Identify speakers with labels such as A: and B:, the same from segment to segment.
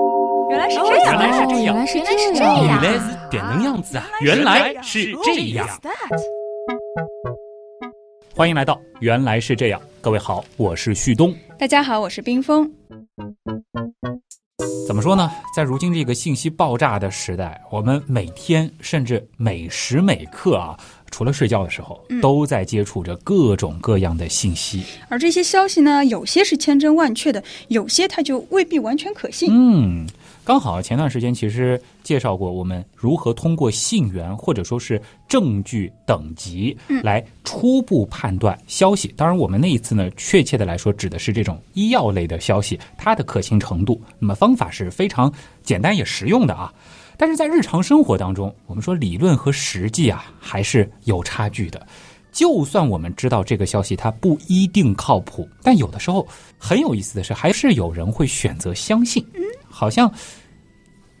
A: 原来是这样。
B: 哦原来是这样哦
C: 来是这样，原来是这样
B: 原来是这能样子啊！
C: 原
B: 原
C: 来
B: 来
C: 是
B: 是
C: 这
B: 这样。
C: 样 Who is that？
B: 欢迎来到《原来是这样》，各位好，我是旭东。
A: 大家好，我是冰峰。
B: 怎么说呢？在如今这个信息爆炸的时代，我们每天甚至每时每刻啊，除了睡觉的时候，
C: 嗯
B: 都在接触着各种各样的信息。
A: 而这些消息呢，有些是千真万确的，有些它就未必完全可信。
B: 嗯，刚好前段时间其实介绍过我们如何通过信源或者说是证据等级来初步判断消息。当然，我们那一次呢，确切的来说指的是这种医药类的消息，它的可信程度。那么方法是非常简单也实用的啊。但是在日常生活当中，我们说理论和实际啊还是有差距的。就算我们知道这个消息它不一定靠谱，但有的时候很有意思的是，还是有人会选择相信，好像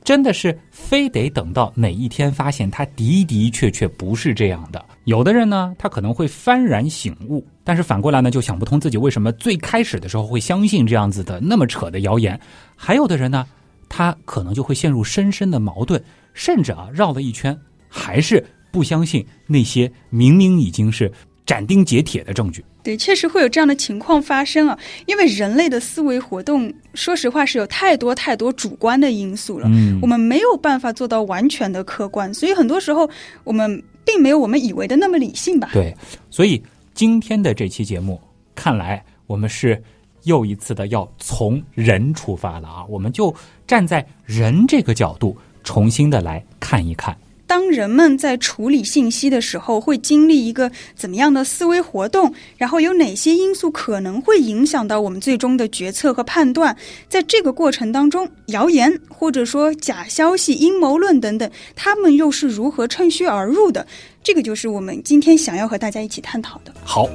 B: 真的是非得等到哪一天发现它的的确确不是这样的。有的人呢，他可能会幡然醒悟，但是反过来呢，就想不通自己为什么最开始的时候会相信这样子的那么扯的谣言。还有的人呢，他可能就会陷入深深的矛盾，甚至啊绕了一圈，还是不相信那些明明已经是斩钉截铁的证据。
A: 对，确实会有这样的情况发生啊，因为人类的思维活动，说实话是有太多太多主观的因素了，
B: 嗯
A: 我们没有办法做到完全的客观，所以很多时候我们并没有我们以为的那么理性吧。
B: 对，所以今天的这期节目，看来我们是又一次的要从人出发了啊！我们就站在人这个角度，重新的来看一看。
A: 当人们在处理信息的时候，会经历一个怎么样的思维活动？然后有哪些因素可能会影响到我们最终的决策和判断？在这个过程当中，谣言或者说假消息、阴谋论等等，他们又是如何趁虚而入的？这个就是我们今天想要和大家一起探讨的。
B: 好。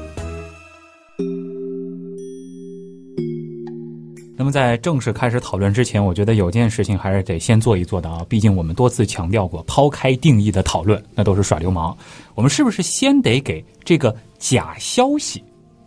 B: 那么在正式开始讨论之前，我觉得有件事情还是得先做一做的啊。毕竟我们多次强调过，抛开定义的讨论那都是耍流氓。我们是不是先得给这个假消息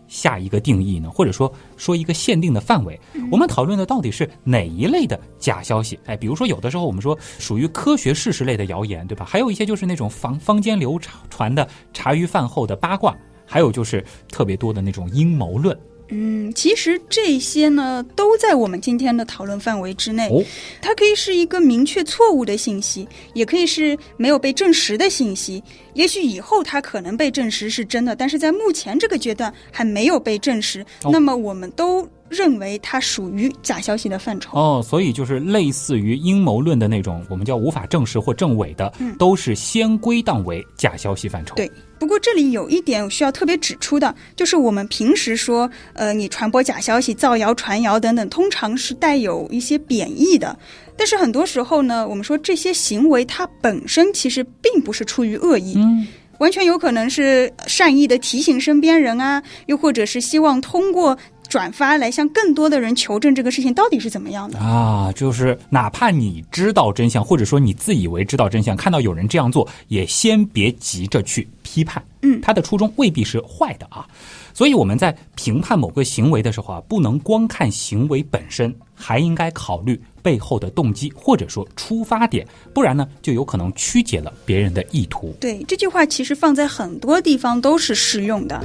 B: 下一个定义呢？或者说说一个限定的范围？我们讨论的到底是哪一类的假消息？哎，比如说有的时候我们说属于科学事实类的谣言，对吧？还有一些就是那种坊坊间流传的茶余饭后的八卦，还有就是特别多的那种阴谋论
A: 嗯，其实这些呢都在我们今天的讨论范围之内。
B: 哦。
A: 它可以是一个明确错误的信息，也可以是没有被证实的信息。也许以后它可能被证实是真的，但是在目前这个阶段还没有被证实。
B: 哦
A: 那么我们都认为它属于假消息的范畴。
B: 哦，所以就是类似于阴谋论的那种，我们叫无法证实或证伪的，都是先归档为假消息范畴。
A: 对，不过这里有一点需要特别指出的，就是我们平时说，呃，你传播假消息、造谣、传谣等等，通常是带有一些贬义的。但是很多时候呢，我们说这些行为它本身其实并不是出于恶意，
B: 嗯，
A: 完全有可能是善意的提醒身边人啊，又或者是希望通过转发来向更多的人求证这个事情到底是怎么样的。
B: 啊，就是哪怕你知道真相，或者说你自以为知道真相，看到有人这样做，也先别急着去批判。
A: 嗯
B: 他的初衷未必是坏的啊。所以我们在评判某个行为的时候啊，不能光看行为本身，还应该考虑背后的动机或者说出发点，不然呢，就有可能曲解了别人的意图。
A: 对这句话，其实放在很多地方都是适用的。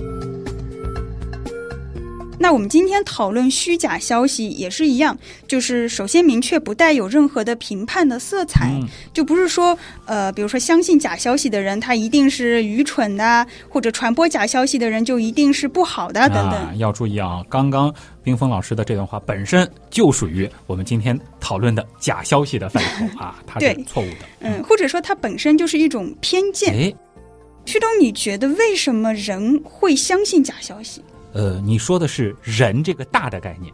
A: 那我们今天讨论虚假消息也是一样，就是首先明确不带有任何的评判的色彩，就不是说呃，比如说相信假消息的人他一定是愚蠢的啊，或者传播假消息的人就一定是不好的啊等等。
B: 啊，要注意啊！刚刚冰峰老师的这段话本身就属于我们今天讨论的假消息的范畴啊，它是
A: 对
B: 错误的。
A: 嗯，或者说它本身就是一种偏见。
B: 哎，
A: 旭东，你觉得为什么人会相信假消息？
B: 呃，你说的是人这个大的概念，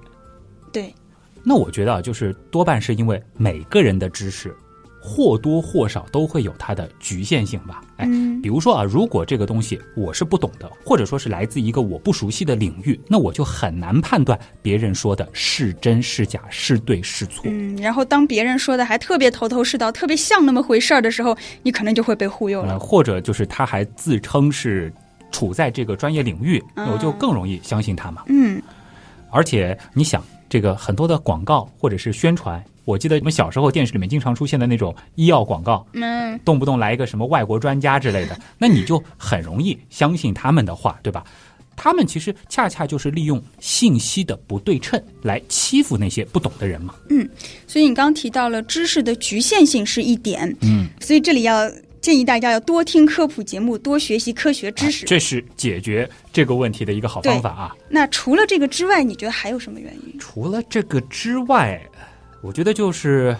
A: 对，
B: 那我觉得啊，就是多半是因为每个人的知识或多或少都会有它的局限性吧。哎，
A: 嗯
B: 比如说啊，如果这个东西我是不懂的，或者说是来自一个我不熟悉的领域，那我就很难判断别人说的是真是假，是对是错。
A: 嗯，然后当别人说的还特别头头是道，特别像那么回事儿的时候，你可能就会被忽悠
B: 呃，
A: 了。
B: 或者就是他还自称是处在这个专业领域，那我就
A: 嗯
B: 更容易相信他嘛。
A: 嗯，
B: 而且你想，这个很多的广告或者是宣传。我记得我们小时候电视里面经常出现的那种医药广告，
A: 嗯，
B: 动不动来一个什么外国专家之类的，那你就很容易相信他们的话，对吧？他们其实恰恰就是利用信息的不对称来欺负那些不懂的人嘛。
A: 所以你刚提到了知识的局限性是一点，
B: 嗯，
A: 所以这里要建议大家要多听科普节目，多学习科学知识。
B: 啊这是解决这个问题的一个好方法啊。
A: 那除了这个之外，你觉得还有什么原因？
B: 除了这个之外，我觉得就是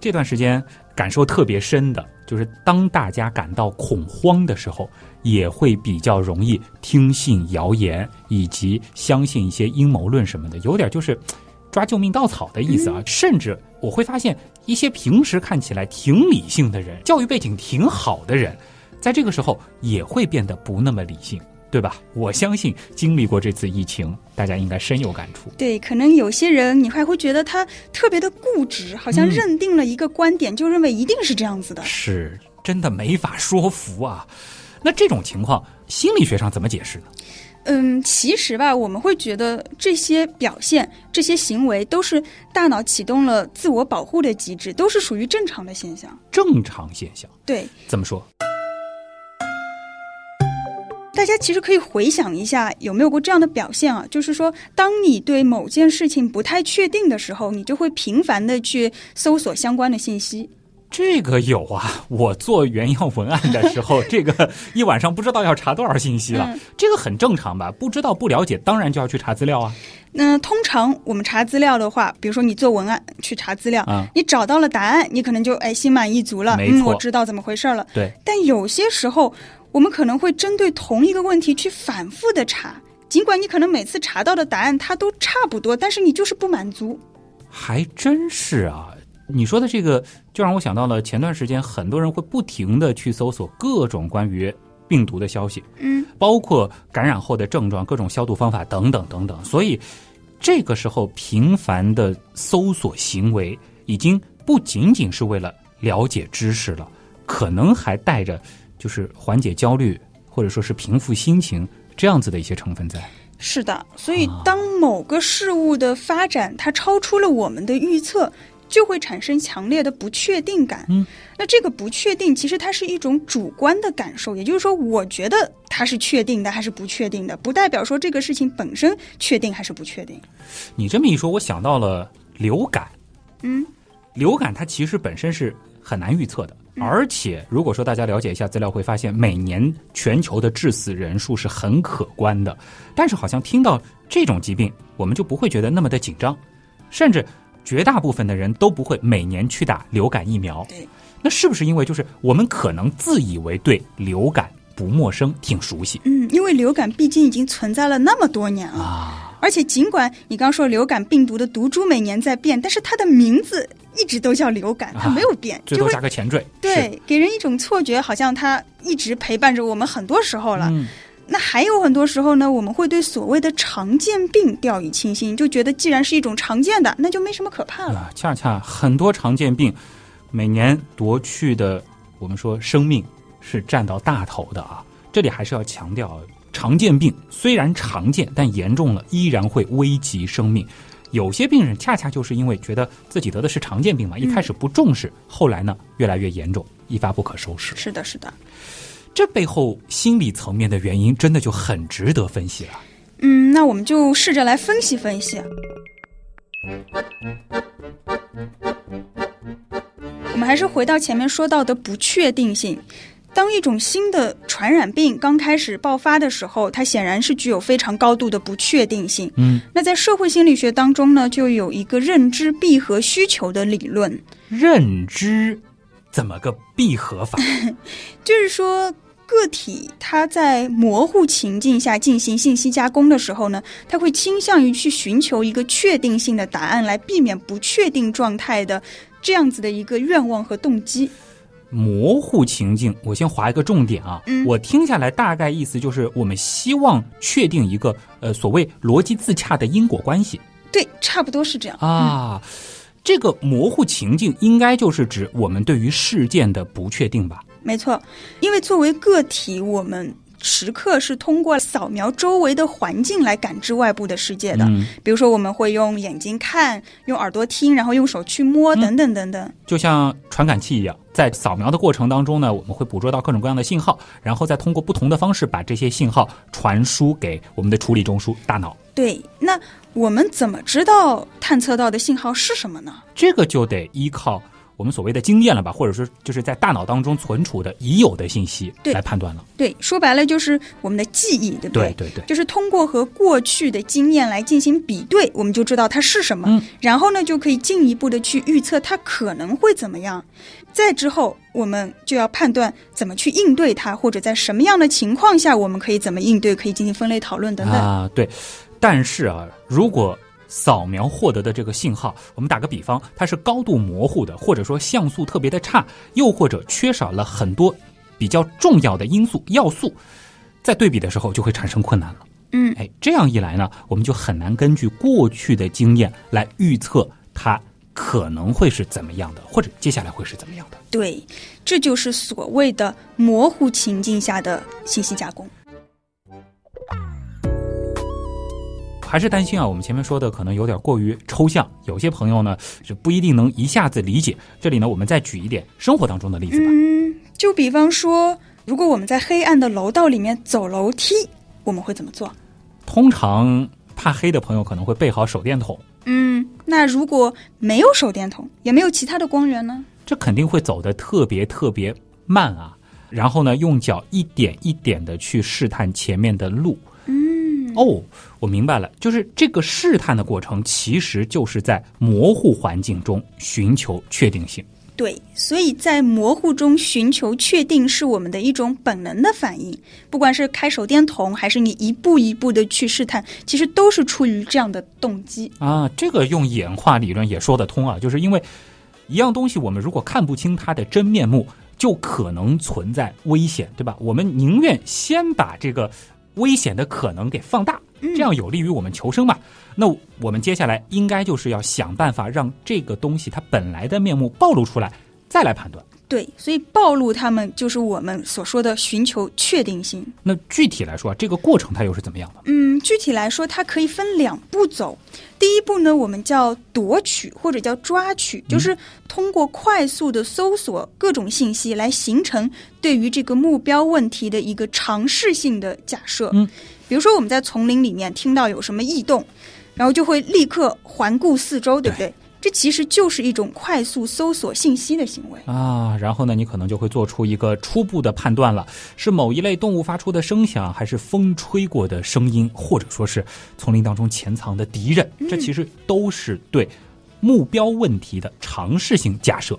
B: 这段时间感受特别深的，就是当大家感到恐慌的时候，也会比较容易听信谣言以及相信一些阴谋论什么的，有点就是抓救命稻草的意思啊。甚至我会发现，一些平时看起来挺理性的人，教育背景挺好的人，在这个时候也会变得不那么理性。对吧？我相信经历过这次疫情，大家应该深有感触。
A: 对，可能有些人你还会觉得他特别的固执，好像
B: 嗯
A: 认定了一个观点，就认为一定是这样子的。
B: 是真的没法说服啊。那这种情况，心理学上怎么解释呢？
A: 嗯，其实吧，我们会觉得这些表现、这些行为都是大脑启动了自我保护的机制，都是属于正常的现象。
B: 正常现象
A: 对，
B: 怎么说？
A: 大家其实可以回想一下，有没有过这样的表现啊？就是说，当你对某件事情不太确定的时候，你就会频繁的去搜索相关的信息。
B: 这个有啊，我做原样文案的时候，这个一晚上不知道要查多少信息了，这个很正常吧？不知道不了解，当然就要去查资料啊。
A: 那通常我们查资料的话，比如说你做文案去查资料，
B: 啊
A: 你找到了答案，你可能就哎心满意足了，
B: 没
A: 嗯，
B: 错
A: 我知道怎么回事了。
B: 对，
A: 但有些时候，我们可能会针对同一个问题去反复的查，尽管你可能每次查到的答案它都差不多，但是你就是不满足。
B: 还真是啊。你说的这个，就让我想到了前段时间很多人会不停的去搜索各种关于病毒的消息，
A: 嗯，
B: 包括感染后的症状、各种消毒方法等等等等。所以，这个时候频繁的搜索行为，已经不仅仅是为了了解知识了，可能还带着就是缓解焦虑，或者说是平复心情这样子的一些成分在。
A: 是的，所以当某个事物的发展它超出了我们的预测，就会产生强烈的不确定感。
B: 嗯，
A: 那这个不确定其实它是一种主观的感受，也就是说，我觉得它是确定的还是不确定的，不代表说这个事情本身确定还是不确定。
B: 你这么一说，我想到了流感。
A: 嗯，
B: 流感它其实本身是很难预测的，
A: 嗯
B: 而且如果说大家了解一下资料，会发现每年全球的致死人数是很可观的。但是好像听到这种疾病，我们就不会觉得那么的紧张，甚至绝大部分的人都不会每年去打流感疫苗。
A: 对，
B: 那是不是因为就是我们可能自以为对流感不陌生，挺熟悉？
A: 嗯，因为流感毕竟已经存在了那么多年了，
B: 啊
A: 而且尽管你刚说流感病毒的毒株每年在变，但是它的名字一直都叫流感，它
B: 啊
A: 没有变，
B: 最
A: 就
B: 多
A: 会
B: 加个前缀。是，
A: 对，给人一种错觉，好像它一直陪伴着我们很多时候了。
B: 嗯，
A: 那还有很多时候呢，我们会对所谓的常见病掉以轻心，就觉得既然是一种常见的，那就没什么可怕了。
B: 啊，恰恰很多常见病每年夺去的，我们说生命是占到大头的啊。这里还是要强调，常见病虽然常见，但严重了依然会危及生命。有些病人恰恰就是因为觉得自己得的是常见病嘛，一开始不重视，后来呢越来越严重，一发不可收拾。
A: 是的，是的。
B: 这背后心理层面的原因真的就很值得分析了。
A: 嗯，那我们就试着来分析分析。我们还是回到前面说到的不确定性。当一种新的传染病刚开始爆发的时候，它显然是具有非常高度的不确定性。
B: 嗯，
A: 那在社会心理学当中呢，就有一个认知闭合需求的理论，
B: 认知怎么个闭合法？
A: 就是说，个体他在模糊情境下进行信息加工的时候呢，他会倾向于去寻求一个确定性的答案，来避免不确定状态的这样子的一个愿望和动机。
B: 模糊情境，我先划一个重点啊。
A: 嗯
B: 我听下来大概意思就是，我们希望确定一个呃所谓逻辑自洽的因果关系
A: 对，差不多是这样。
B: 啊。这个模糊情境应该就是指我们对于事件的不确定吧？
A: 没错，因为作为个体，我们时刻是通过扫描周围的环境来感知外部的世界的。
B: 嗯，
A: 比如说，我们会用眼睛看，用耳朵听，然后用手去摸，
B: 嗯
A: 等等等等。
B: 就像传感器一样，在扫描的过程当中呢，我们会捕捉到各种各样的信号，然后再通过不同的方式把这些信号传输给我们的处理中枢大脑。
A: 对，那我们怎么知道探测到的信号是什么呢？
B: 这个就得依靠我们所谓的经验了吧，或者说就是在大脑当中存储的已有的信息
A: 对
B: 来判断了。
A: 对，说白了就是我们的记忆，对不
B: 对对对，
A: 就是通过和过去的经验来进行比对，我们就知道它是什么。
B: 嗯
A: 然后呢，就可以进一步的去预测它可能会怎么样。再之后，我们就要判断怎么去应对它，或者在什么样的情况下我们可以怎么应对，可以进行分类讨论等等。
B: 啊，对。但是啊，如果扫描获得的这个信号，我们打个比方，它是高度模糊的，或者说像素特别的差，又或者缺少了很多比较重要的因素要素，在对比的时候就会产生困难了。
A: 嗯，
B: 哎，这样一来呢，我们就很难根据过去的经验来预测它可能会是怎么样的，或者接下来会是怎么样的。
A: 对，这就是所谓的模糊情境下的信息加工。
B: 还是担心啊，我们前面说的可能有点过于抽象，有些朋友呢是不一定能一下子理解。这里呢，我们再举一点生活当中的例子吧。
A: 嗯，就比方说，如果我们在黑暗的楼道里面走楼梯，我们会怎么做？
B: 通常怕黑的朋友可能会备好手电筒，
A: 嗯，那如果没有手电筒，也没有其他的光源呢？
B: 这肯定会走得特别特别慢啊。然后呢，用脚一点一点的去试探前面的路。
A: 嗯，
B: 哦，我明白了，就是这个试探的过程，其实就是在模糊环境中寻求确定性。
A: 对，所以在模糊中寻求确定是我们的一种本能的反应，不管是开手电筒，还是你一步一步的去试探，其实都是出于这样的动机。
B: 啊，这个用演化理论也说得通啊，就是因为一样东西，我们如果看不清它的真面目，就可能存在危险，对吧？我们宁愿先把这个危险的可能给放大，
A: 嗯
B: 这样有利于我们求生嘛。那我们接下来应该就是要想办法让这个东西它本来的面目暴露出来，再来判断。
A: 对，所以暴露他们就是我们所说的寻求确定性。
B: 那具体来说啊，这个过程它又是怎么样的？
A: 嗯，具体来说，它可以分两步走。第一步呢，我们叫夺取或者叫抓取，就是通过快速的搜索各种信息来形成对于这个目标问题的一个尝试性的假设。
B: 嗯，
A: 比如说我们在丛林里面听到有什么异动，然后就会立刻环顾四周，对不对？这其实就是一种快速搜索信息的行为。
B: 啊，然后呢，你可能就会做出一个初步的判断了，是某一类动物发出的声响，还是风吹过的声音，或者说是丛林当中潜藏的敌人，这其实都是对目标问题的尝试性假设。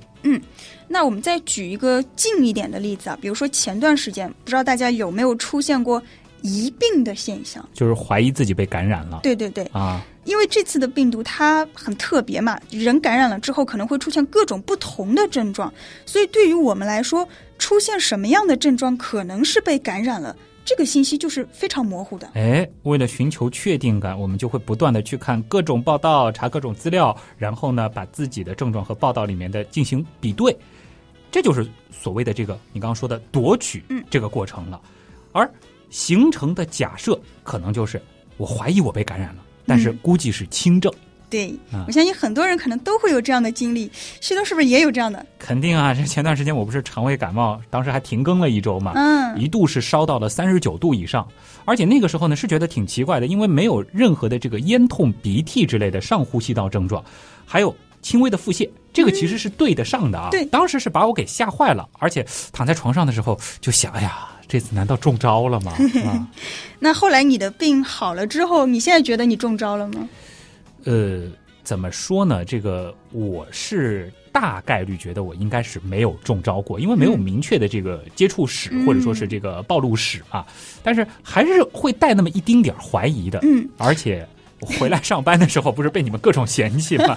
A: 那我们再举一个近一点的例子啊，比如说前段时间，不知道大家有没有出现过疑病的现象？
B: 就是怀疑自己被感染了
A: 对对对，
B: 啊，
A: 因为这次的病毒它很特别嘛，人感染了之后可能会出现各种不同的症状，所以对于我们来说，出现什么样的症状可能是被感染了，这个信息就是非常模糊的。
B: 哎，为了寻求确定感，我们就会不断的去看各种报道，查各种资料，然后呢，把自己的症状和报道里面的进行比对，这就是所谓的这个你刚刚说的夺取
A: 嗯
B: 这个过程了。而形成的假设可能就是我怀疑我被感染了，但是
A: 嗯
B: 估计是轻症，
A: 对
B: 啊，
A: 我相信很多人可能都会有这样的经历，旭东是不是也有这样的？
B: 肯定啊。这前段时间我不是肠胃感冒，当时还停更了一周嘛，
A: 嗯，
B: 一度是烧到了三十九度以上，而且那个时候呢是觉得挺奇怪的，因为没有任何的这个咽痛、鼻涕之类的上呼吸道症状，还有轻微的腹泻，这个其实是对得上的啊。
A: 对
B: 当时是把我给吓坏了，而且躺在床上的时候就想，哎呀，这次难道中招 了吗？啊，
A: 那后来你的病好了之后，你现在觉得你中招了吗？
B: 呃，怎么说呢？这个我是。大概率觉得我应该是没有中招过，因为没有
A: 嗯
B: 明确的这个接触史、
A: 嗯
B: 或者说是这个暴露史啊，但是还是会带那么一丁点儿怀疑的。
A: 嗯，
B: 而且我回来上班的时候，不是被你们各种嫌弃 吗？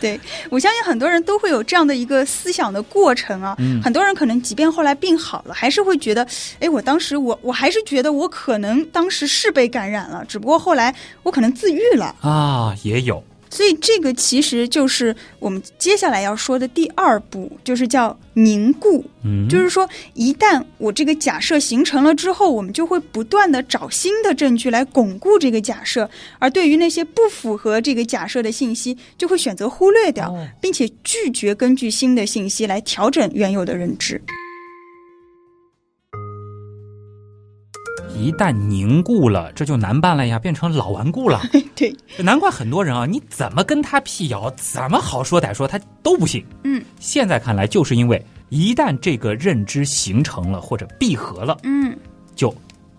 A: 对，我相信很多人都会有这样的一个思想的过程啊。
B: 嗯
A: 很多人可能即便后来病好了，还是会觉得，哎，我当时我我还是觉得我可能当时是被感染了，只不过后来我可能自愈了。
B: 啊，也有。
A: 所以这个其实就是我们接下来要说的第二步，就是叫凝固。
B: 嗯，
A: 就是说，一旦我这个假设形成了之后，我们就会不断的找新的证据来巩固这个假设，而对于那些不符合这个假设的信息，就会选择忽略掉，
B: 哦
A: 并且拒绝根据新的信息来调整原有的认知。
B: 一旦凝固了，这就难办了呀，变成老顽 固了。
A: 对，
B: 难怪很多人啊，你怎么跟他辟谣，怎么好说歹说，他都不信。
A: 嗯
B: 现在看来，就是因为一旦这个认知形成了或者闭合了，
A: 嗯。
B: 就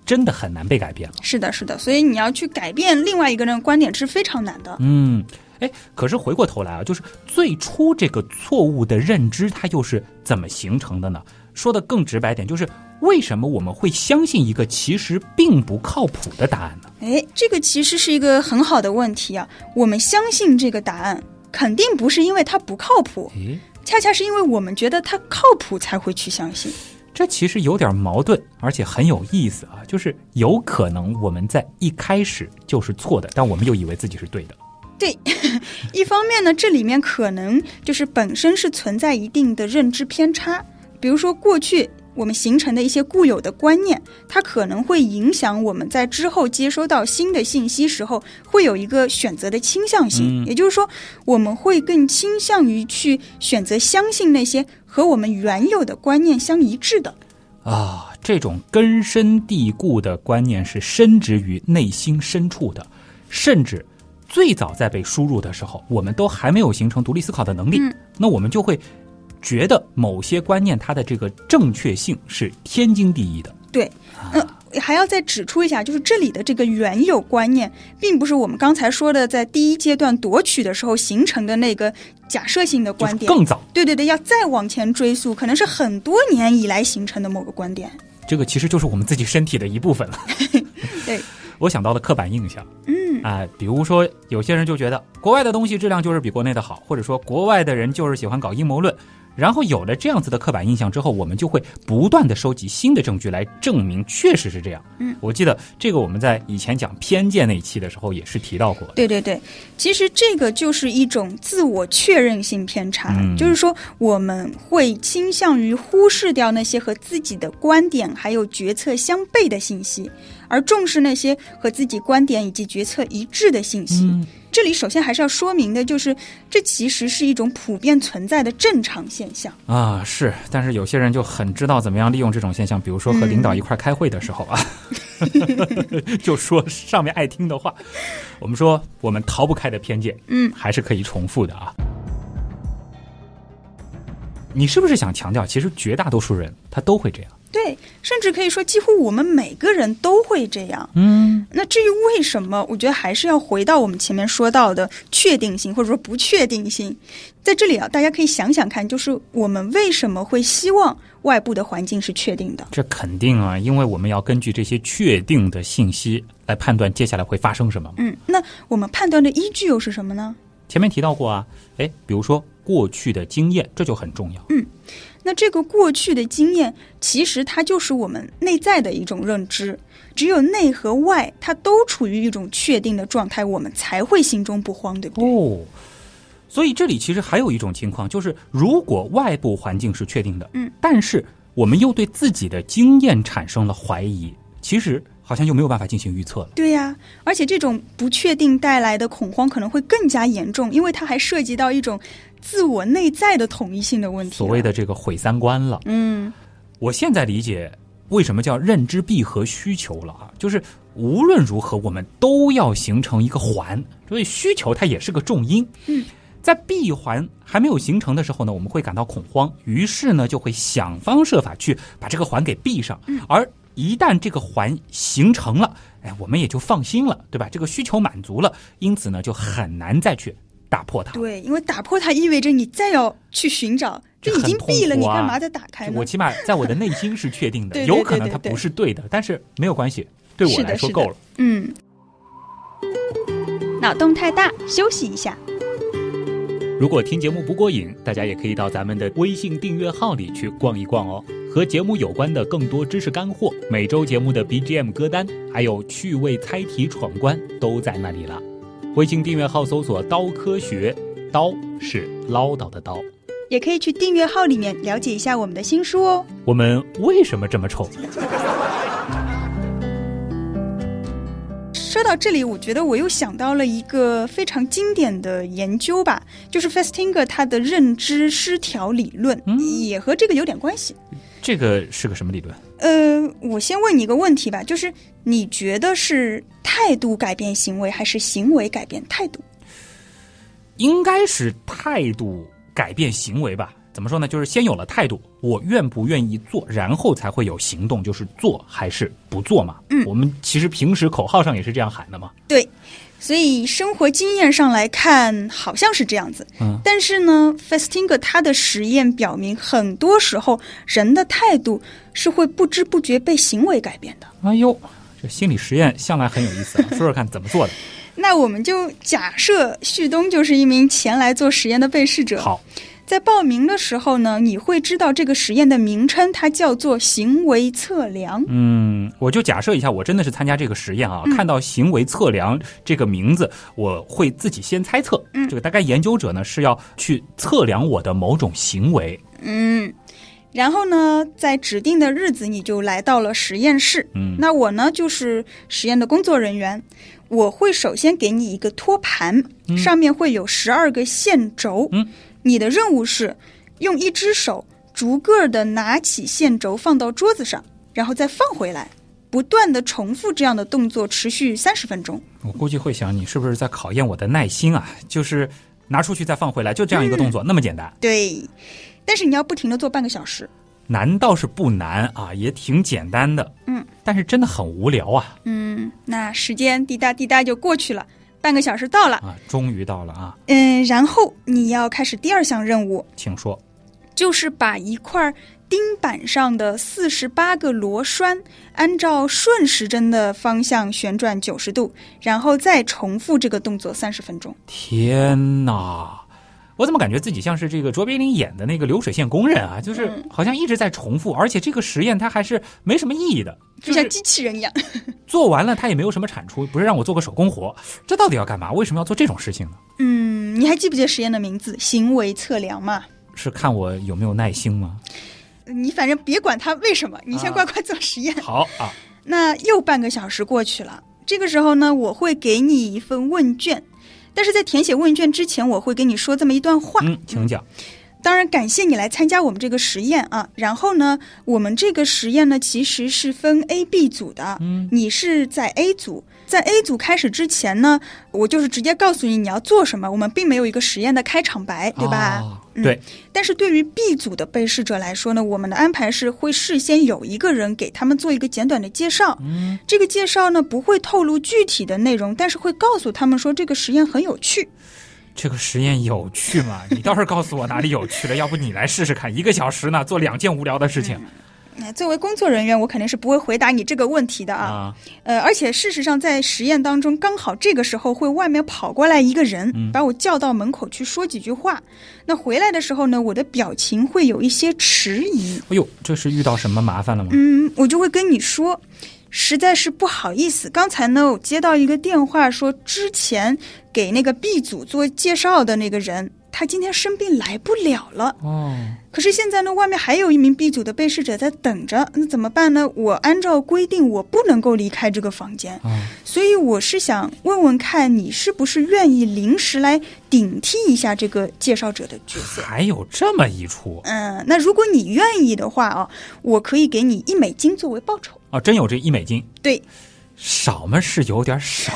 B: 真的很难被改变了。
A: 是的，是的，所以你要去改变另外一个人的观点是非常难的。
B: 嗯，哎，可是回过头来啊，就是最初这个错误的认知，它又是怎么形成的呢？说的更直白点，就是为什么我们会相信一个其实并不靠谱的答案呢？
A: 哎，这个其实是一个很好的问题啊。我们相信这个答案，肯定不是因为它不靠谱，
B: 诶，
A: 恰恰是因为我们觉得它靠谱才会去相信。
B: 这其实有点矛盾，而且很有意思啊。就是有可能我们在一开始就是错的，但我们又以为自己是对的。
A: 一方面呢，这里面可能就是本身是存在一定的认知偏差，比如说过去。我们形成的一些固有的观念，它可能会影响我们在之后接收到新的信息时候，会有一个选择的倾向性。
B: 嗯
A: 也就是说，我们会更倾向于去选择相信那些和我们原有的观念相一致的。
B: 啊，这种根深蒂固的观念是深植于内心深处的，甚至最早在被输入的时候，我们都还没有形成独立思考的能力，
A: 嗯
B: 那我们就会觉得某些观念它的这个正确性是天经地义的。
A: 对，
B: 啊
A: 呃，还要再指出一下，就是这里的这个原有观念，并不是我们刚才说的在第一阶段夺取的时候形成的那个假设性的
B: 就
A: 观
B: 是
A: 点。
B: 更早，
A: 对对对，要再往前追溯，可能是很多年以来形成的某个观点。
B: 这个其实就是我们自己身体的一部分了。
A: 对，
B: 我想到了刻板印象
A: 嗯，
B: 啊、比如说有些人就觉得国外的东西质量就是比国内的好，或者说国外的人就是喜欢搞阴谋论。然后有了这样子的刻板印象之后，我们就会不断的收集新的证据来证明确实是这样。
A: 嗯，
B: 我记得这个我们在以前讲偏见那一期的时候也是提到过的。
A: 对对对，其实这个就是一种自我确认性偏差，
B: 嗯
A: 就是说我们会倾向于忽视掉那些和自己的观点还有决策相悖的信息，而重视那些和自己观点以及决策一致的信息。
B: 嗯，
A: 这里首先还是要说明的，就是这其实是一种普遍存在的正常现象。
B: 啊，是，但是有些人就很知道怎么样利用这种现象，比如说和领导一块儿开会的时候啊， 就说上面爱听的话。我们说我们逃不开的偏见，
A: 嗯，
B: 还是可以重复的啊。你是不是想强调，其实绝大多数人他都会这样？
A: 对，甚至可以说，几乎我们每个人都会这样。
B: 嗯，
A: 那至于为什么，我觉得还是要回到我们前面说到的确定性或者说不确定性。在这里啊，大家可以想想看，就是我们为什么会希望外部的环境是确定的？
B: 这肯定啊，因为我们要根据这些确定的信息来判断接下来会发生什么嘛。
A: 嗯，那我们判断的依据又是什么呢？
B: 前面提到过啊，哎，比如说过去的经验，这就很重要。
A: 那这个过去的经验，其实它就是我们内在的一种认知。只有内和外，它都处于一种确定的状态，我们才会心中不慌，对不对？
B: 哦，所以这里其实还有一种情况，就是如果外部环境是确定的，
A: 嗯，
B: 但是我们又对自己的经验产生了怀疑，其实好像就没有办法进行预测了。
A: 对呀、而且这种不确定带来的恐慌可能会更加严重，因为它还涉及到一种自我内在的统一性的问题。啊
B: 所谓，的这个毁三观了，
A: 嗯，
B: 我现在理解为什么叫认知闭合需求了啊，就是无论如何我们都要形成一个环，所以需求它也是个重因。
A: 嗯，
B: 在闭环还没有形成的时候呢，我们会感到恐慌，于是呢就会想方设法去把这个环给闭上，
A: 嗯
B: 而。一旦这个环形成了，哎，我们也就放心了，对吧？这个需求满足了，因此呢，就很难再去打破它。
A: 对，因为打破它意味着你再要去寻找，
B: 这
A: 这已经
B: 很痛
A: 闭了，
B: 苦
A: 你
B: 啊
A: 干嘛再打开呢
B: 我？起码在我的内心是确定的，
A: 对对
B: 有可
A: 对
B: 能
A: 对
B: 它
A: 对
B: 不是对的，但是没有关系，对我
A: 是的
B: 来
A: 是
B: 说
A: 的
B: 够了。
A: 嗯，脑洞太大，休息一下。
B: 如果听节目不过瘾，大家也可以到咱们的微信订阅号里去逛一逛哦。和节目有关的更多知识干货，每周节目的 BGM 歌单，还有趣味猜题闯关都在那里了。微信订阅号搜索“刀科学”，刀是唠叨的刀。
A: 也可以去订阅号里面了解一下我们的新书哦。
B: 我们为什么这么丑？
A: 说到这里，我觉得我又想到了一个非常经典的研究吧，就是 Festinger 他的认知失调理论，也和这个有点关系。
B: 这个是个什么理论？
A: 呃，我先问你一个问题吧，就是你觉得是态度改变行为，还是行为改变态度？
B: 应该是态度改变行为吧？怎么说呢？就是先有了态度，我愿不愿意做，然后才会有行动，就是做还是不做嘛。
A: 嗯
B: 我们其实平时口号上也是这样喊的嘛。
A: 对，所以生活经验上来看，好像是这样子。
B: 嗯
A: 但是呢，Festinger 他的实验表明，很多时候人的态度是会不知不觉被行为改变的。
B: 哎呦，这心理实验向来很有意思啊，说说看怎 么做的。
A: 那我们就假设旭东就是一名前来做实验的被试者。
B: 好，
A: 在报名的时候呢，你会知道这个实验的名称，它叫做行为测量。
B: 嗯，我就假设一下，我真的是参加这个实验啊，
A: 嗯
B: 看到“行为测量”这个名字，我会自己先猜测，
A: 嗯
B: 这个大概研究者呢是要去测量我的某种行为，
A: 嗯，然后呢，在指定的日子你就来到了实验室。
B: 嗯
A: 那我呢就是实验的工作人员，我会首先给你一个托盘，上面会有十二个线轴。
B: 嗯，
A: 你的任务是用一只手逐个的拿起线轴放到桌子上，然后再放回来。不断的重复这样的动作，持续三十分钟。
B: 我估计会想你是不是在考验我的耐心啊？就是拿出去再放回来，就这样一个动作，那么简单，
A: 对，但是你要不停的做半个小时。
B: 难倒是不难啊，也挺简单的，
A: 嗯，
B: 但是真的很无聊啊
A: 嗯，那时间滴答滴答就过去了，半个小时到了。
B: 啊！终于到了啊，
A: 嗯，然后你要开始第二项任务，
B: 请说，
A: 就是把一块钉板上的四十八个螺栓按照顺时针的方向旋转九十度，然后再重复这个动作三十分钟。
B: 天哪！我怎么感觉自己像是这个卓别林演的那个流水线工人啊？就是好像一直在重复，而且这个实验它还是没什么意义的，
A: 就
B: 就是
A: 像机器 人一样，
B: 做完了它也没有什么产出，不是让我做个手工活，这到底要干嘛？为什么要做这种事情呢？
A: 嗯，你还记不记得实验的名字“行为测量”嘛？
B: 是看我有没有耐心吗？
A: 你反正别管它为什么，你先
B: 啊
A: 乖乖做实验。
B: 好啊，
A: 那又半个小时过去了，这个时候呢，我会给你一份问卷，但是在填写问卷之前，我会跟你说这么一段话。
B: 嗯，请讲。
A: 当然，感谢你来参加我们这个实验啊。然后呢，我们这个实验呢，其实是分 A、B 组的。
B: 嗯，
A: 你是在 A 组，在 A 组开始之前呢，我就是直接告诉你你要做什么，我们并没有一个实验的开场白，对吧？
B: 哦
A: 嗯
B: 对，
A: 但是对于 B 组的被试者来说呢，我们的安排是会事先有一个人给他们做一个简短的介绍。
B: 嗯，
A: 这个介绍呢不会透露具体的内容，但是会告诉他们说这个实验很有趣。
B: 这个实验有趣吗？你倒是告诉我哪里有趣了，要不你来试试看，一个小时呢，做两件无聊的事情
A: 哎，作为工作人员，我肯定是不会回答你这个问题的啊。
B: 啊！
A: 呃，而且事实上，在实验当中，刚好这个时候会外面跑过来一个人，把我叫到门口去说几句话。那回来的时候呢，我的表情会有一些迟疑。
B: 哎呦，这是遇到什么麻烦了吗？
A: 嗯，我就会跟你说，实在是不好意思，刚才呢我接到一个电话，说之前给那个 B 组做介绍的那个人，他今天生病来不了了。
B: 哦。
A: 可是现在呢，外面还有一名 B 组的被试者在等着，那怎么办呢？我按照规定，我不能够离开这个房间，
B: 啊
A: 所以我是想问问看你是不是愿意临时来顶替一下这个介绍者的角色。
B: 还有这么一出
A: 嗯，那如果你愿意的话啊，我可以给你一美金作为报酬。
B: 啊！真有这一美金，
A: 对
B: 少嘛是有点少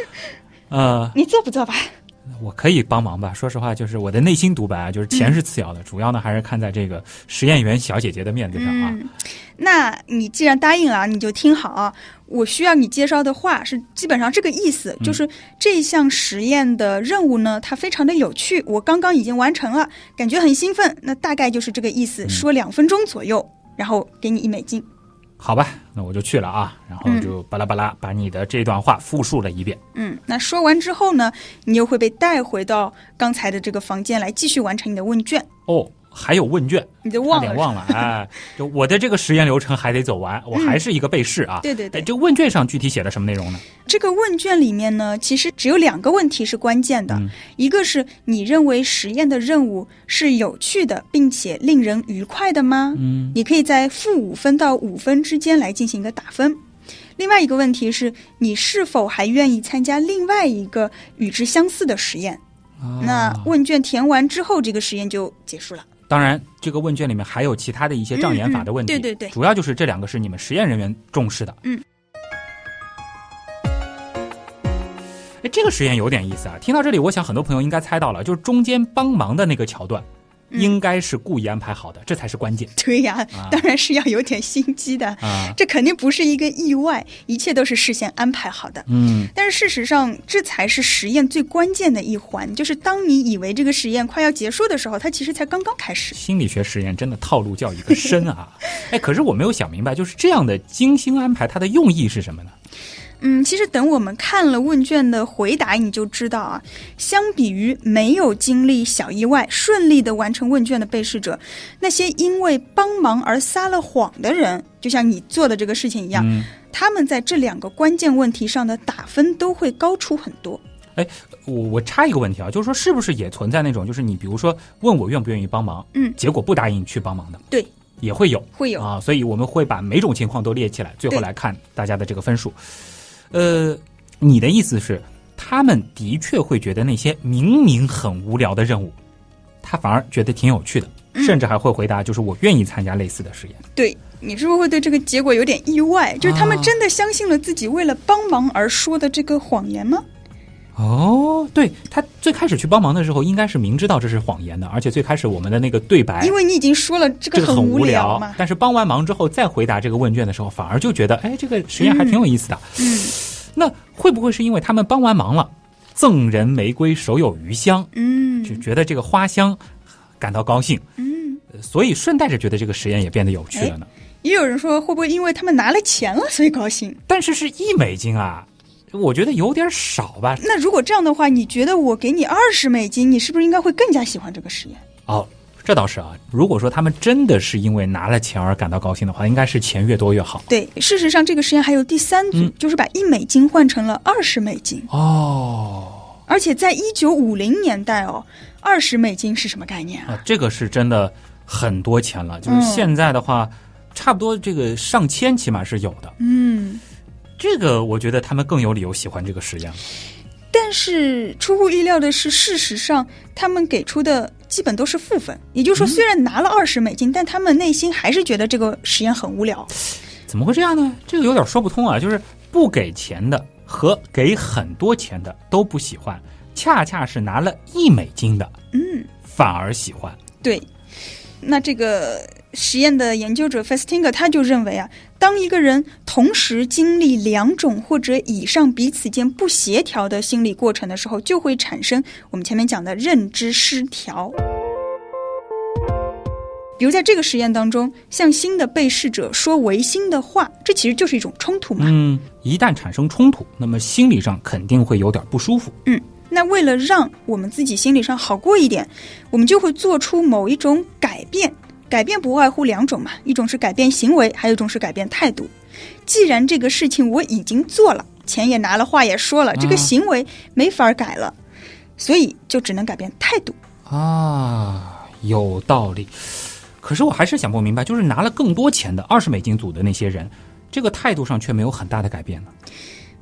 B: 啊。呃，
A: 你做不做吧？
B: 我可以帮忙吧。说实话，就是我的内心独白啊，就是
A: 嗯
B: 钱是次要的，主要呢还是看在这个实验员小姐姐的面子上啊。
A: 嗯，那你既然答应了，你就听好啊。我需要你介绍的话是基本上这个意思，就是这项实验的任务呢，它非常的有趣，我刚刚已经完成了，感觉很兴奋。那大概就是这个意思，说两分钟左右，然后给你一美金。
B: 好吧，那我就去了啊，然后就巴拉巴拉把你的这段话复述了一遍。
A: 嗯，那说完之后呢，你又会被带回到刚才的这个房间来继续完成你的问卷。
B: 哦，还有问卷，
A: 你就
B: 差
A: 忘
B: 点
A: 了。
B: 忘了，哎，就我的这个实验流程还得走 完，我还是一个被试啊。
A: 嗯对对对
B: 哎，这个问卷上具体写了什么内容呢？
A: 这个问卷里面呢，其实只有两个问题是关键
B: 嗯
A: 的，一个是你认为实验的任务是有趣的，并且令人愉快的吗？
B: 嗯，
A: 你可以在负五分到五分之间来进行一个打分。另外一个问题是你是否还愿意参加另外一个与之相似的实验？那
B: 啊
A: 问卷填完之后，这个实验就结束了。
B: 当然，这个问卷里面还有其他的一些障眼法的问题。
A: 嗯嗯对对对
B: 主要就是这两个是你们实验人员重视的。
A: 嗯。
B: 哎，这个实验有点意思啊！听到这里，我想很多朋友应该猜到了，就是中间帮忙的那个桥段，
A: 嗯
B: 应该是故意安排好的，这才是关键
A: 对呀、
B: 啊
A: 当然是要有点心机的，
B: 啊！
A: 这肯定不是一个意外，一切都是事先安排好的。
B: 嗯，
A: 但是事实上，这才是实验最关键的一环，就是当你以为这个实验快要结束的时候，它其实才刚刚开始。
B: 心理学实验真的套路教育个 深啊！哎，可是我没有想明白，就是这样的精心安排，它的用意是什么呢？
A: 嗯，其实等我们看了问卷的回答，你就知道啊，相比于没有经历小意外顺利的完成问卷的被试者，那些因为帮忙而撒了谎的人，就像你做的这个事情一样，
B: 嗯，
A: 他们在这两个关键问题上的打分都会高出很多。
B: 我我插一个问题啊，就是说是不是也存在那种，就是你比如说问我愿不愿意帮忙，
A: 嗯
B: 结果不答应你去帮忙的，
A: 对，
B: 也会有，
A: 会有，
B: 啊，所以我们会把每种情况都列起来，最后
A: 对
B: 来看大家的这个分数。呃，你的意思是，他们的确会觉得那些明明很无聊的任务，他反而觉得挺有趣的，
A: 嗯
B: 甚至还会回答，就是我愿意参加类似的实验。
A: 对你是不是会对这个结果有点意外？就是他们
B: 啊
A: 真的相信了自己为了帮忙而说的这个谎言吗？
B: 哦，对他最开始去帮忙的时候，应该是明知道这是谎言的，而且最开始我们的那个对白
A: 因。为你已经说了这
B: 这
A: 个
B: 个很
A: 无
B: 无聊
A: 嘛，。
B: 但是帮完忙之后再回答这个问卷的时候，反而就觉得，哎，这个实验还挺有意思的。
A: 嗯
B: 那会不会是因为他们帮完忙了，赠人玫瑰手有余香，就
A: 嗯
B: 觉得这个花香感到高兴，
A: 嗯，哎
B: 所以顺带着觉得这个实验也变得有趣了呢？
A: 也有人说会不会因为他们拿了钱了所以高兴？
B: 但是是一美金啊，我觉得有点少吧。
A: 那如果这样的话，你觉得我给你二十美金，你是不是应该会更加喜欢这个实验？
B: 哦，这倒是啊。如果说他们真的是因为拿了钱而感到高兴的话，应该是钱越多越好。
A: 对，事实上这个实验还有第三组，
B: 嗯
A: 就是把一美金换成了二十美金，
B: 哦，
A: 而且在一九五零年代哦，二十美金是什么概念啊？
B: 啊，这个是真的很多钱了。就是
A: 嗯
B: 现在的话，差不多这个上千起码是有的。
A: 嗯。
B: 这个我觉得他们更有理由喜欢这个实验了。
A: 但是出乎意料的是，事实上他们给出的基本都是负分，也就是说，虽然拿了二十美金，但他们内心还是觉得这个实验很无聊。
B: 怎么会这样呢？这个有点说不通啊！就是不给钱的和给很多钱的都不喜欢，恰恰是拿了一美金的
A: 嗯，
B: 反而喜欢。
A: 对。那这个实验的研究者 Festinger 他就认为啊，当一个人同时经历两种或者以上彼此间不协调的心理过程的时候，就会产生我们前面讲的认知失调。比如在这个实验当中，向新的被试者说违心的话，这其实就是一种冲突嘛。
B: 嗯，一旦产生冲突，那么心理上肯定会有点不舒服。
A: 那为了让我们自己心理上好过一点，我们就会做出某一种改变。改变不外乎两种嘛，一种是改变行为，还有一种是改变态度。既然这个事情我已经做了，钱也拿了，话也说了，这个
B: 嗯
A: 行为没法改了，所以就只能改变态度。
B: 啊，有道理。可是我还是想不明白，就是拿了更多钱的二十美金组的那些人，这个态度上却没有很大的改变呢。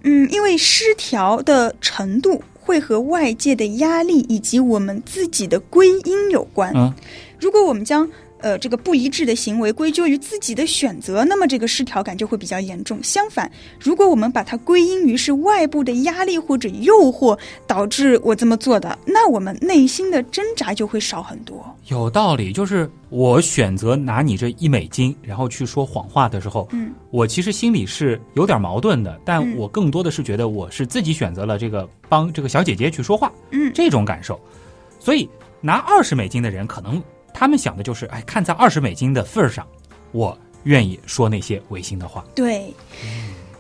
A: 嗯，因为失调的程度会和外界的压力以及我们自己的归因有关。
B: 嗯，
A: 如果我们将呃这个不一致的行为归咎于自己的选择，那么这个失调感就会比较严重。相反，如果我们把它归因于是外部的压力或者诱惑导致我这么做的，那我们内心的挣扎就会少很多。
B: 有道理，就是我选择拿你这一美金，然后去说谎话的时候，
A: 嗯，
B: 我其实心里是有点矛盾的，但
A: 嗯
B: 我更多的是觉得我是自己选择了这个帮这个小姐姐去说话，
A: 嗯
B: 这种感受。所以拿二十美金的人，可能他们想的就是，哎，看在二十美金的份儿上，我愿意说那些违心的话。
A: 对，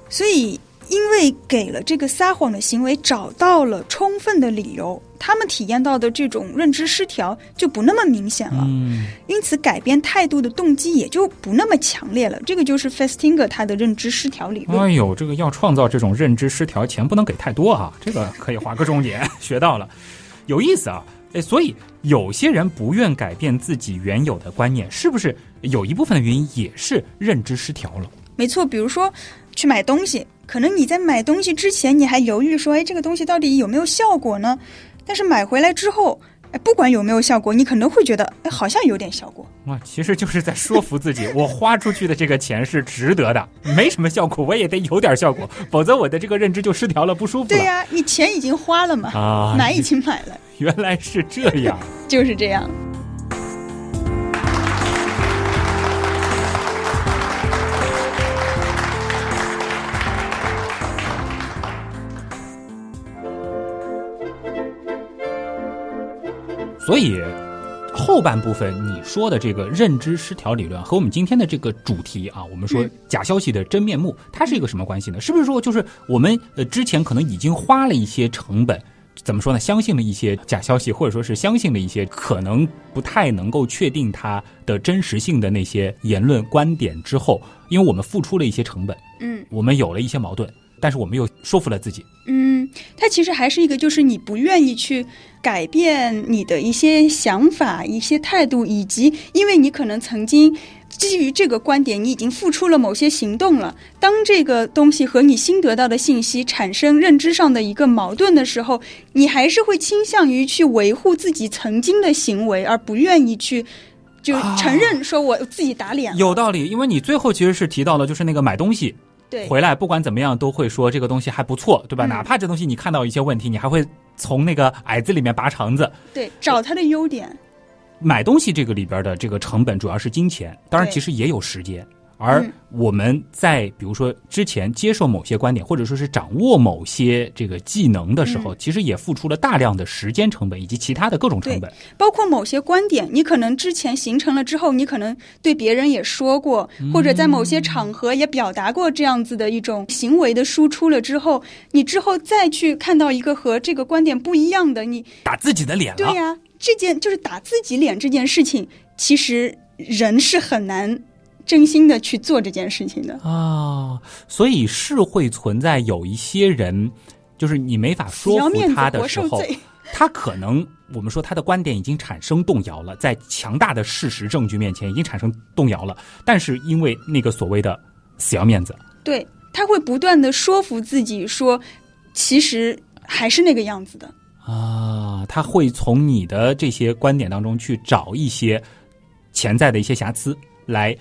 A: 所以因为给了这个撒谎的行为找到了充分的理由，他们体验到的这种认知失调就不那么明显了，
B: 嗯，
A: 因此改变态度的动机也就不那么强烈了。这个就是 Festinger 他的认知失调理论。
B: 哎呦，这个要创造这种认知失调，钱不能给太多啊，这个可以划个重点， 学到了，有意思啊。哎，所以有些人不愿改变自己原有的观念，是不是有一部分的原因也是认知失调了？
A: 没错，比如说去买东西，可能你在买东西之前你还犹豫说，哎，这个东西到底有没有效果呢？但是买回来之后，哎，不管有没有效果，你可能会觉得，哎，好像有点效果。
B: 哇，其实就是在说服自己，我花出去的这个钱是值得的，没什么效果，我也得有点效果，否则我的这个认知就失调了，不舒服
A: 对
B: 了。
A: 呀、你钱已经花了嘛，
B: 啊
A: 买已经买了，
B: 原来是这样。
A: 就是这样。
B: 所以后半部分你说的这个认知失调理论和我们今天的这个主题啊，我们说
A: 嗯
B: 假消息的真面目，它是一个什么关系呢？是不是说就是我们呃之前可能已经花了一些成本？怎么说呢？相信了一些假消息，或者说是相信了一些可能不太能够确定它的真实性的那些言论观点之后，因为我们付出了一些成本，
A: 嗯
B: 我们有了一些矛盾，但是我们又说服了自己，
A: 嗯，它其实还是一个，就是你不愿意去改变你的一些想法、一些态度，以及因为你可能曾经。基于这个观点，你已经付出了某些行动了。当这个东西和你新得到的信息产生认知上的一个矛盾的时候，你还是会倾向于去维护自己曾经的行为，而不愿意去就
B: 啊
A: 承认说我自己打脸了。
B: 有道理。因为你最后其实是提到了，就是那个买东西，
A: 对，
B: 回来不管怎么样都会说这个东西还不错，对吧？
A: 嗯
B: 哪怕这东西你看到一些问题，你还会从那个矮子里面拔肠子。
A: 对，找他的优点。
B: 买东西这个里边的这个成本主要是金钱，当然
A: 对
B: 其实也有时间。而
A: 嗯
B: 我们在比如说之前接受某些观点，或者说是掌握某些这个技能的时
A: 嗯
B: 候，其实也付出了大量的时间成本以及其他的各种成本。
A: 包括某些观点，你可能之前形成了之后，你可能对别人也说过，
B: 嗯
A: 或者在某些场合也表达过这样子的一种行为的输出了之后，你之后再去看到一个和这个观点不一样的，你
B: 打自己的脸
A: 对
B: 了，
A: 呀、这件就是打自己脸这件事情，其实人是很难真心的去做这件事情的。
B: 啊，所以是会存在有一些人，就是你没法
A: 死
B: 说
A: 要面
B: 服
A: 子
B: 他的
A: 活
B: 时
A: 受
B: 候，
A: 罪，
B: 他可能我们说他的观点已经产生动摇了，在强大的事实证据面前已经产生动摇了，但是因为那个所谓的死要面子，
A: 对他会不断的说服自己说，其实还是那个样子的。
B: 啊，他会从你的这些观点当中去找一些潜在的一些瑕疵，来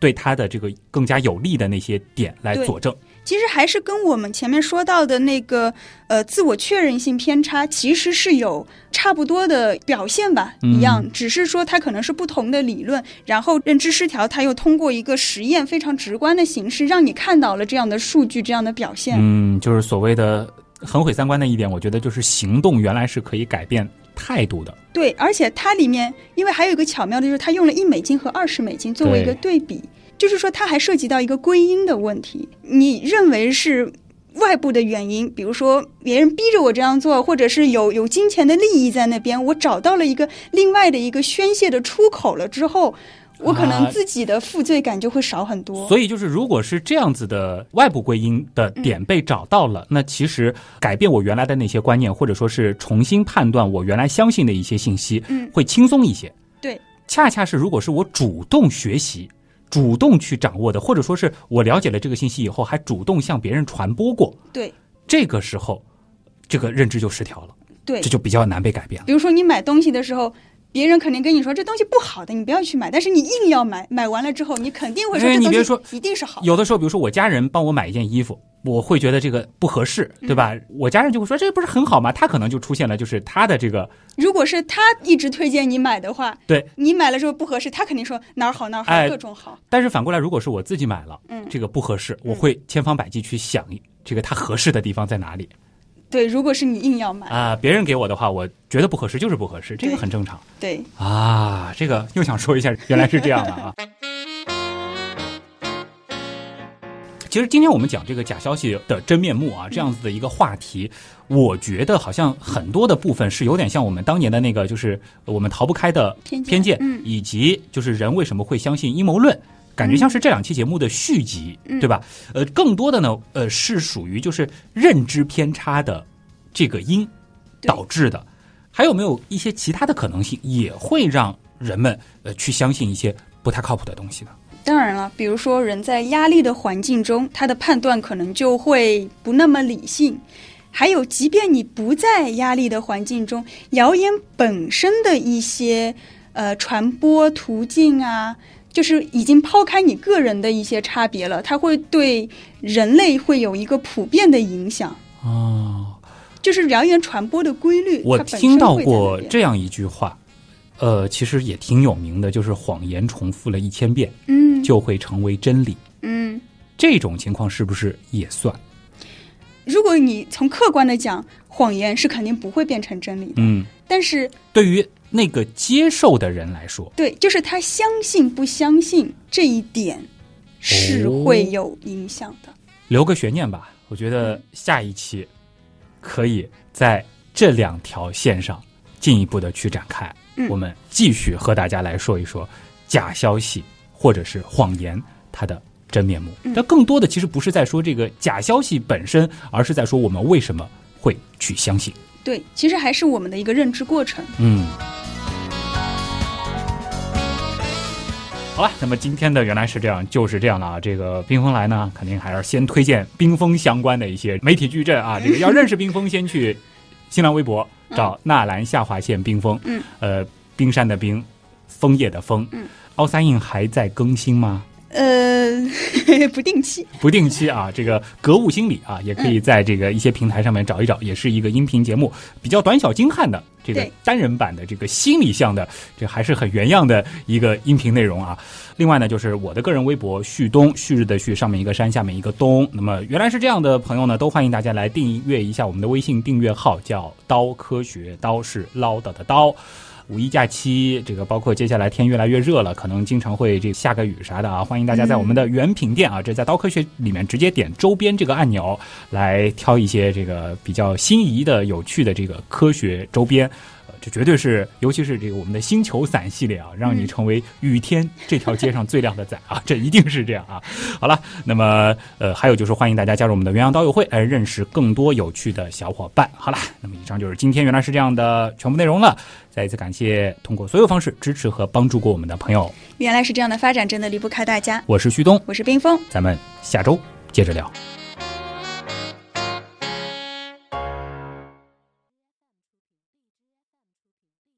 B: 对他的这个更加有利的那些点来
A: 对
B: 佐证。
A: 其实还是跟我们前面说到的那个呃自我确认性偏差，其实是有差不多的表现吧，一样，只是说它可能是不同的理论，然后认知失调，它又通过一个实验非常直观的形式，让你看到了这样的数据，这样的表现。
B: 嗯，就是所谓的很毁三观的一点，我觉得就是行动原来是可以改变态度的。
A: 对，而且它里面，因为还有一个巧妙的就是，它用了一美金和二十美金作为一个对比，就是说它还涉及到一个归因的问题。你认为是外部的原因，比如说别人逼着我这样做，或者是有有金钱的利益在那边，我找到了一个另外的一个宣泄的出口了之后，我可
B: 啊
A: 能自己的负罪感就会少很多。
B: 所以就是，如果是这样子的外部归因的点被找到
A: 嗯
B: 了，那其实改变我原来的那些观念，或者说是重新判断我原来相信的一些信息，
A: 嗯
B: 会轻松一些。
A: 对，
B: 恰恰是如果是我主动学习。主动去掌握的，或者说是我了解了这个信息以后，还主动向别人传播过，
A: 对
B: 这个时候，这个认知就失调了，
A: 对
B: 这，就比较难被改变了。
A: 比如说你买东西的时候。别人肯定跟你说这东西不好的，你不要去买。但是你硬要买，买完了之后，你肯定会说
B: 哎
A: 这
B: 你别
A: 东
B: 说
A: 西一定是好的。
B: 有的时候，比如说我家人帮我买一件衣服，我会觉得这个不合适，对吧？
A: 嗯
B: 我家人就会说这不是很好吗？他可能就出现了就是他的这个
A: 如果是他一直推荐你买的话，
B: 对，
A: 你买了之后不合适，他肯定说哪儿好哪儿好，
B: 哎
A: 各种好。
B: 但是反过来，如果是我自己买了，
A: 嗯
B: 这个不合适，我会千方百计去想这个它合适的地方在哪里
A: 对，如果是你硬要买，
B: 啊、别人给我的话，我觉得不合适就是不合适，这个
A: 对
B: 很正常
A: 对，
B: 啊。这个又想说一下，原来是这样的啊。其实今天我们讲这个假消息的真面目啊，这样子的一个话题，我觉得好像很多的部分是有点像我们当年的那个，就是我们逃不开的
A: 偏见
B: 偏见，
A: 嗯
B: 以及就是人为什么会相信阴谋论。感觉像是这两期节目的续集，
A: 嗯
B: 对吧？呃，更多的呢，呃，是属于就是认知偏差的这个因
A: 对
B: 导致的。还有没有一些其他的可能性，也会让人们呃去相信一些不太靠谱的东西呢？
A: 当然了，比如说人在压力的环境中，他的判断可能就会不那么理性。还有，即便你不在压力的环境中，谣言本身的一些呃传播途径啊，就是已经抛开你个人的一些差别了，它会对人类会有一个普遍的影响。
B: 哦，
A: 就是谣言传播的规律，
B: 我
A: 它本身
B: 听到
A: 会在那
B: 过
A: 边
B: 这样一句话，呃，其实也挺有名的，就是谎言重复了一千遍
A: 嗯
B: 就会成为真理。
A: 嗯。
B: 这种情况是不是也算？
A: 如果你从客观的讲，谎言是肯定不会变成真理的，
B: 嗯，
A: 但是
B: 对于那个接受的人来说，
A: 对，就是他相信不相信这一点是会有影响的。
B: 留个悬念吧。我觉得下一期可以在这两条线上进一步的去展开。
A: 嗯
B: 我们继续和大家来说一说假消息或者是谎言它的真面目。
A: 嗯
B: 但更多的其实不是在说这个假消息本身，而是在说我们为什么会去相信。
A: 对，其实还是我们的一个认知过程。
B: 嗯。好了，那么今天的原来是这样，就是这样了啊。这个冰封来呢，肯定还是先推荐冰封相关的一些媒体矩 阵啊。这个要认识冰封，先去新浪微博找纳兰下划线冰封，
A: 嗯，
B: 呃，冰山的冰，枫叶的枫，
A: 嗯，
B: 奥三印还在更新吗？
A: 呃， 不定期。
B: 不定期啊，这个格物心理啊，也可
A: 嗯
B: 以在这个一些平台上面找一找，也是一个音频节目，比较短小精悍的这个
A: 对
B: 单人版的这个心理向的，这还是很原样的一个音频内容啊。另外呢，就是我的个人微博旭东，旭日的旭，上面一个山，下面一个东。那么原来是这样的朋友呢，都欢迎大家来订阅一下我们的微信订阅号，叫“刀科学”，刀是唠叨的刀。五一假期，这个包括接下来天越来越热了，可能经常会这下个雨啥的啊。欢迎大家在我们的原品店啊，这在刀科学里面直接点周边这个按钮，来挑一些这个比较心仪的、有趣的这个科学周边。呃这绝对是，尤其是这个我们的星球伞系列啊，让你成为雨天这条街上最靓的伞啊，这一定是这样啊。好了，那么呃，还有就是欢迎大家加入我们的元阳刀友会，来认识更多有趣的小伙伴。好啦，那么以上就是今天原来是这样的全部内容了。再一次感谢通过所有方式支持和帮助过我们的朋友，
A: 原来是这样的发展，真的离不开大家。
B: 我是旭东，
A: 我是冰峰，
B: 咱们下周接着聊。